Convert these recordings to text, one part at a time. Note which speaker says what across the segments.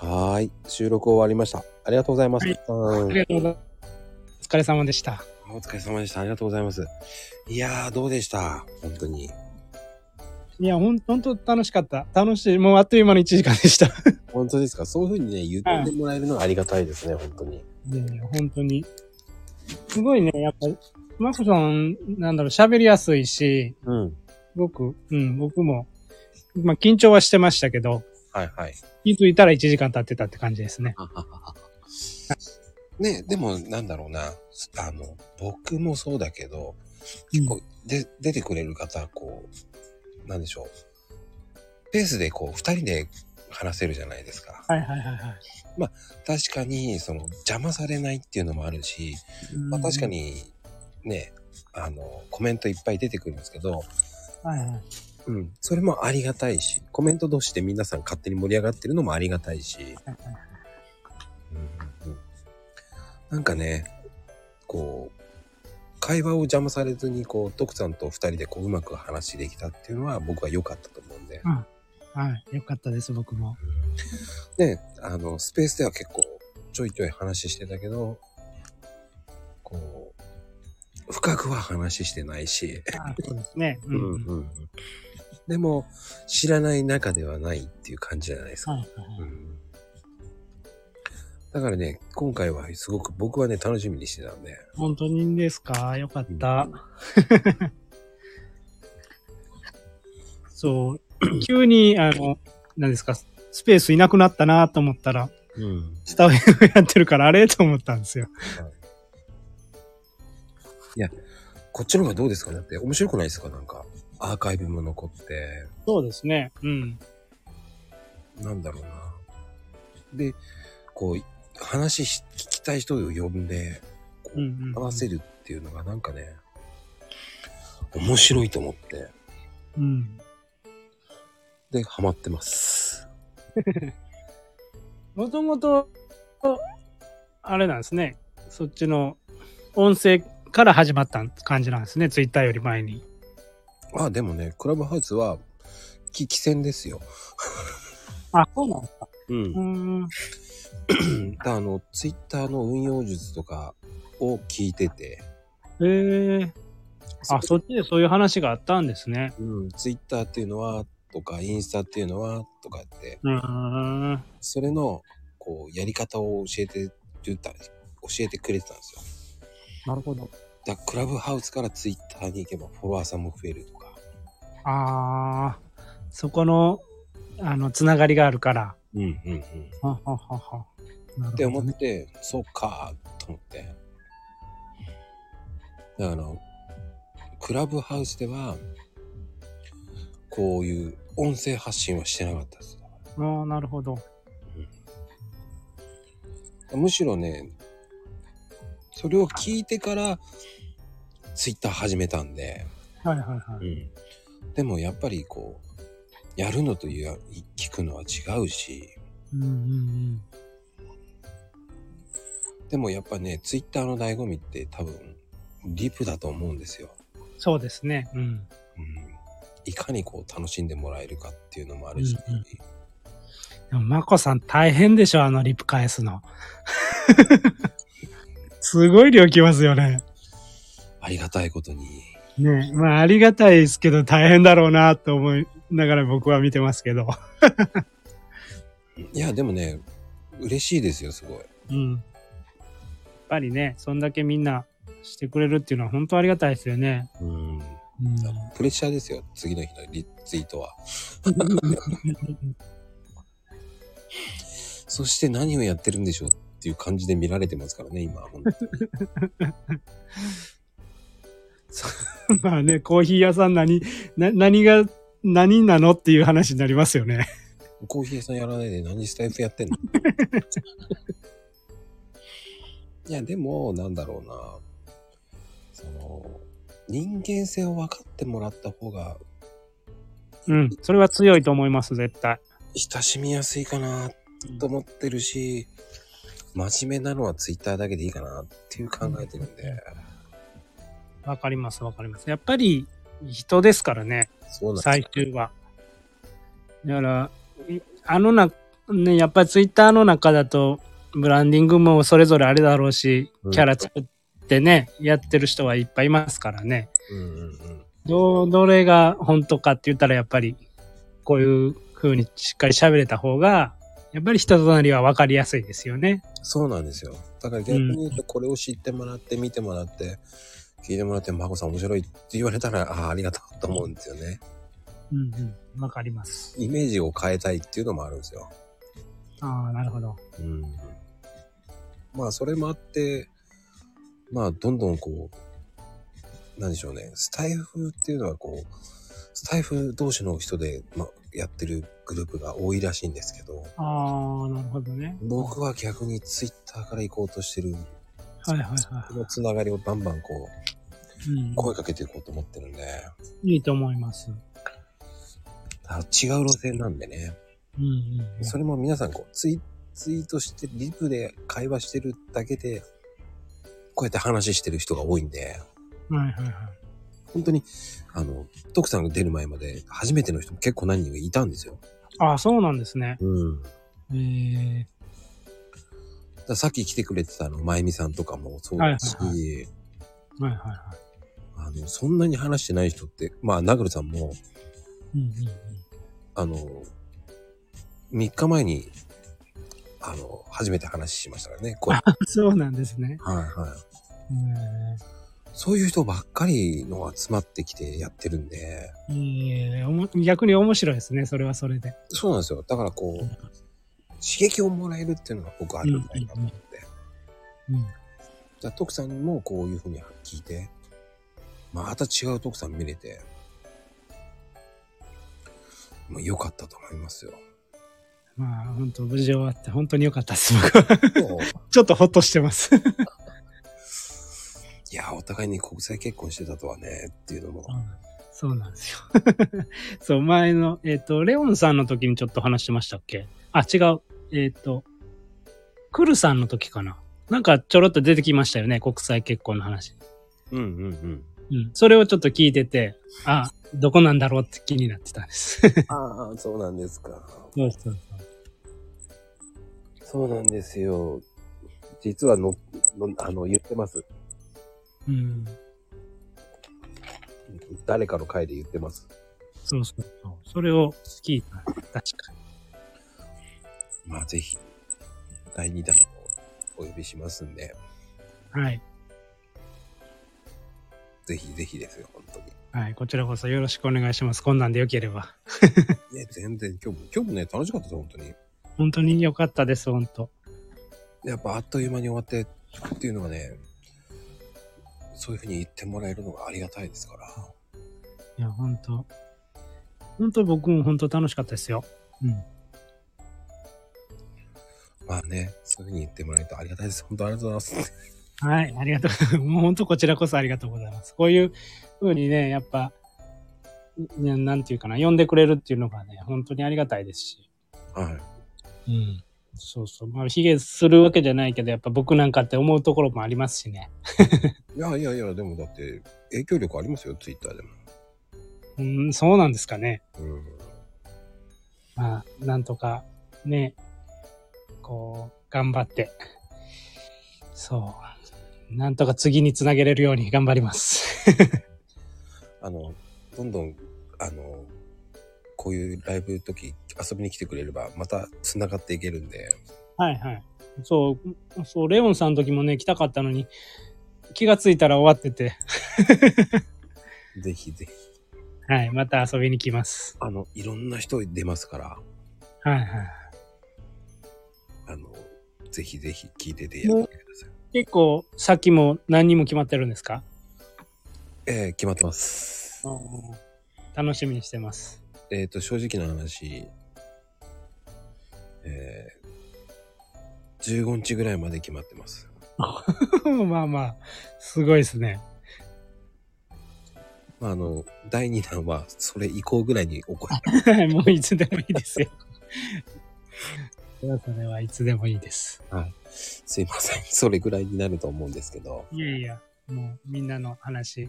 Speaker 1: はい、収録終わりました。ありがとうございます。
Speaker 2: はい
Speaker 1: うん
Speaker 2: ありがとうございます。お疲れ様でした。
Speaker 1: お疲れ様でした。ありがとうございます。いやー、どうでした本当に。
Speaker 2: いや、ほん、ほんと楽しかった。楽しい。もうあっという間の1時間でした。
Speaker 1: 本当ですかそういうふうにね、言ってもらえるのはありがたいですね、本当に。
Speaker 2: いやいや本当に。すごいね、やっぱり、マコさん、なんだろう、喋りやすいし、
Speaker 1: うん。
Speaker 2: すごく、うん、僕も、まあ、緊張はしてましたけど、
Speaker 1: はいはい。
Speaker 2: 気づいたら1時間経ってたって感じですね。
Speaker 1: ね、でも、なんだろうな。あの、僕もそうだけど、
Speaker 2: うん
Speaker 1: こうで、出てくれる方、こう、なんでしょう。ペースでこう、二人で話せるじゃないですか。
Speaker 2: はいはいはいはい。
Speaker 1: 確かに、その、邪魔されないっていうのもあるし、まあ、確か。にねあのコメントいっぱい出てくるんですけど、
Speaker 2: はいはい。
Speaker 1: うん、それもありがたいしコメント同士で皆さん勝手に盛り上がってるのもありがたいし、うんうんうんなんかねこう会話を邪魔されずにこう徳さんと2人でこううまく話できたっていうのは僕は良かったと思うんで、
Speaker 2: はい。よかったです、僕も。
Speaker 1: ねあのスペースでは結構ちょいちょい話してたけどこう深くは話してないし
Speaker 2: あそうですね。う
Speaker 1: うんんう
Speaker 2: う。
Speaker 1: んんうんでも知らない中ではないっていう感じじゃないですか、
Speaker 2: はいはいは
Speaker 1: う
Speaker 2: い。
Speaker 1: んだからね今回はすごく僕はね楽しみにしてたんで
Speaker 2: 本当にですかよかった。 そう。 急に、あの、何ですか、スペースいなくなったなと思ったら、
Speaker 1: うん
Speaker 2: スタッフやってるから、あれと思ったんですよ。
Speaker 1: こっちの方がどうですかねって面白くないですかなんかアーカイブも残って
Speaker 2: そうですね。うん。
Speaker 1: なんだろうなでこう話し聞きたい人を呼んでこ
Speaker 2: うん
Speaker 1: う
Speaker 2: うん、うん。
Speaker 1: 話せるっていうのがなんかね面白いと思って
Speaker 2: うん。
Speaker 1: でハマってます
Speaker 2: もともと、あれなんですね。そっちの音声から始まった感じなんですね。ツイッターより前に。
Speaker 1: あでもねクラブハウスは危機戦ですよ。
Speaker 2: あ、そうなんですか。
Speaker 1: う
Speaker 2: うー
Speaker 1: ん、
Speaker 2: ん。
Speaker 1: あのツイッターの運用術とかを聞いてて、
Speaker 2: へえあ、そっちでそういう話があったんですね。
Speaker 1: うん、ツイッターっていうのはとかインスタっていうのはとかって
Speaker 2: うーん。
Speaker 1: それのこうやり方を教えてるた教えてくれてたんですよ。
Speaker 2: なるほど。
Speaker 1: だからクラブハウスからツイッターに行けばフォロワーさんも増えるとか。
Speaker 2: ああ、そこの、あの、つながりがあるから。
Speaker 1: うんうんうん。っ
Speaker 2: はははは。な
Speaker 1: て
Speaker 2: る
Speaker 1: 思
Speaker 2: ほど、
Speaker 1: っ
Speaker 2: ね。
Speaker 1: て、そうかと思って。だからあのクラブハウスではこういう音声発信はしてなかったです。
Speaker 2: ああ、なるほど。
Speaker 1: むしろねそれを聞いてからツイッター始めたんで、
Speaker 2: はいはいはい。
Speaker 1: でもやっぱりこうやるのとや聞くのは違うし
Speaker 2: うんうん
Speaker 1: でもやっぱねツイッターの醍醐味って多分リプだと思うんですよ、
Speaker 2: うん。そうですね。うん。
Speaker 1: うん、いかにこう楽しんでもらえるかっていうのもあるし、
Speaker 2: うんうんでも、まこさん大変でしょ、あのリプ返すの。 すごい量きますよね。
Speaker 1: ありがたいことに
Speaker 2: ねえまあ、ありがたいですけど、大変だろうなと思いながら僕は見てますけど。
Speaker 1: いやでもね嬉しいですよすごい
Speaker 2: うん。やっぱりね、そんだけみんなしてくれるっていうのは本当ありがたいですよね。
Speaker 1: うん
Speaker 2: うん
Speaker 1: プレッシャーですよ次の日のリツイート はそして何をやってるんでしょうっていう感じで見られてますからね、今。本当に
Speaker 2: まあね、コーヒー屋さん何、な何が、何なのっていう話になりますよね。
Speaker 1: コーヒー屋さんやらないで何スタイフやってんのいや、でも、なんだろうな。その、人間性を分かってもらった方が
Speaker 2: うん、それは強いと思います、絶対。
Speaker 1: 親しみやすいかなと思ってるし、真面目なのはツイッターだけでいいかなっていう考えてるんで。
Speaker 2: わかります、わかります。やっぱり人ですからね、
Speaker 1: そうなんです
Speaker 2: 最終は。だから、いあのな、ね、やっぱりツイッターの中だと、ブランディングもそれぞれあれだろうし
Speaker 1: うん、
Speaker 2: キャラ作ってね、やってる人はいっぱいいますからね。
Speaker 1: うんうんうん。
Speaker 2: どう、どれが本当かって言ったら、やっぱり、こういう風にしっかり喋れた方が、やっぱり人となりは分かりやすいですよね。
Speaker 1: そうなんですよ。だから逆に言うと、これを知ってもらって、見てもらって、聞いてもらって、マコさん面白いって言われたら、ああ、ありがとうと思うんですよね。
Speaker 2: うんうん。わかります。
Speaker 1: イメージを変えたいっていうのもあるんですよ。
Speaker 2: ああ、なるほど。
Speaker 1: うん。まあ、それもあって、まあ、どんどんこう、なんでしょうね。スタイフっていうのはこう、スタイフ同士の人で、まあ、やってるグループが多いらしいんですけど、
Speaker 2: ああ、なるほどね。
Speaker 1: 僕は逆にツイッターから行こうとしてる、
Speaker 2: はいはいは
Speaker 1: このつながりをバンバンこう、
Speaker 2: い。うん、
Speaker 1: 声かけていこうと思ってるんで、
Speaker 2: いいと思います。
Speaker 1: あ違う路線なんでね。
Speaker 2: うんうんうん。
Speaker 1: それも皆さんこうツイ、ツイートして、リプで会話してるだけで、こうやって話してる人が多いんで、
Speaker 2: はいはいはい。
Speaker 1: 本当に、あの、徳さんが出る前まで、初めての人も結構何人かいたんですよ。
Speaker 2: ああ、そうなんですね。
Speaker 1: うん。だか
Speaker 2: ええ
Speaker 1: らさっき来てくれてたあの、まゆみさんとかもそう
Speaker 2: はい
Speaker 1: だし、
Speaker 2: はいはいはいは
Speaker 1: あの、そんなに話してない人って、まあ、ナグルさんも、
Speaker 2: い。うん うんうん。
Speaker 1: あの、3日前に、あの、初めて話しましたからね。 こうはい
Speaker 2: そうなんですね。
Speaker 1: はい。
Speaker 2: え
Speaker 1: そういう人ばっかりの集まってきてやってるんで、
Speaker 2: えええおも逆に面白いですね。それはそれで。
Speaker 1: そうなんですよ。だからこう、刺激をもらえるっていうのが僕あるんじゃないかと思って。
Speaker 2: うん。
Speaker 1: じゃあ、徳さんにもこういうふうに聞いて、また違う徳さん見れて、もう良かったと思います よ。
Speaker 2: まあ、本当無事終わって、本当に良かったです。僕は
Speaker 1: もう
Speaker 2: ちょっとほっとして ます。
Speaker 1: いや、お互いに国際結婚してたとはね、っていうのも。
Speaker 2: そうなんですよ。 そう、前の、えっ、と、レオンさんの時にちょっと話してましたっけあ、違う。えっ、と、クルさんの時かな。なんかちょろっと出てきましたよね、国際結婚の話。
Speaker 1: うんうん うん。
Speaker 2: うん。それをちょっと聞いてて、あ、どこなんだろうって気になってたんです。
Speaker 1: ああ、そうなんですか。
Speaker 2: そうそう
Speaker 1: そうなんですよ。実はの、のあの、言ってます。
Speaker 2: う。ん。
Speaker 1: 誰かの回で言ってます。
Speaker 2: そうそうそう。それを聞いた。確か
Speaker 1: まあ、ぜひ、第2弾をお呼びしますんで、
Speaker 2: に。はい。
Speaker 1: ぜひぜひですよ、本当に。
Speaker 2: はい。こちらこそよろしくお願いします。こんなんでよければ。
Speaker 1: ね、全然、今日も、今日もね、楽しかったです、本当に。
Speaker 2: 本当に良かったです、本当。
Speaker 1: やっぱ、あっという間に終わってっていうのがね、そういうふうに言ってもらえるのがありがたいですから。
Speaker 2: いや、ほんと。ほんと僕もほんと楽しかったですよ。うん。
Speaker 1: まあね、そういうふうに言ってもらえるとありがたいです。本当ありがとうございます。
Speaker 2: はい、ありがとう。 もうほんとこちらこそありがとうございます。こういう風にね、やっぱ、いやなんていうかな、呼んでくれるっていうのがね、本当にありがたいですし。
Speaker 1: はい。
Speaker 2: うん。そうそう。まあ、卑下するわけじゃないけど、やっぱ僕なんかって思うところもありますしね。
Speaker 1: いやいやいや、でもだって、影響力ありますよ、ツイッターでも。
Speaker 2: うん、そうなんですかね。
Speaker 1: うん。
Speaker 2: まあ、なんとか、ね、こう、頑張って、そう、なんとか次につなげれるように頑張ります。
Speaker 1: あの、どんどん、あの、こういうライブ時遊びに来てくれれば、また繋がっていけるんで、
Speaker 2: はいはい。そう、そう、レオンさんの時もね、来たかったのに、気がついたら終わってて、
Speaker 1: ぜひぜひ。
Speaker 2: はい、また遊びに来ます。
Speaker 1: あの、いろんな人出ますから、
Speaker 2: はいはい。
Speaker 1: あの、ぜひぜひ聞いててやってください。
Speaker 2: 結構、さっきも何人も決まってるんですか
Speaker 1: えー決まってます。
Speaker 2: 楽しみにしてます。
Speaker 1: えっ、と、正直な話、えー、15日ぐらいまで決まってます。
Speaker 2: まあまあ、すごいですね。
Speaker 1: まあ、あの、第2弾は、それ以降ぐらいに起こる。
Speaker 2: はい、もういつでもいいですよ。それはそれはいつでもいいです。
Speaker 1: すいません。それぐらいになると思うんですけど、
Speaker 2: いやいや、もうみんなの話、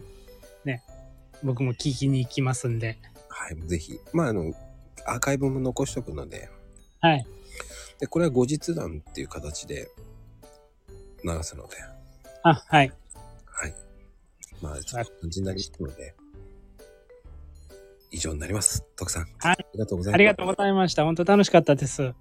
Speaker 2: ね、僕も聞きに行きますんで。
Speaker 1: はい、ぜひ。まあ、あの、アーカイブも残しとくので、
Speaker 2: はい。
Speaker 1: で、これは後日談っていう形で流すので、
Speaker 2: あ、はい。
Speaker 1: はい。まあ、そんな感じになりますので、以上になります。徳さん。
Speaker 2: はい
Speaker 1: ありがとうございます。
Speaker 2: ありがとうございました。本当楽しかったです。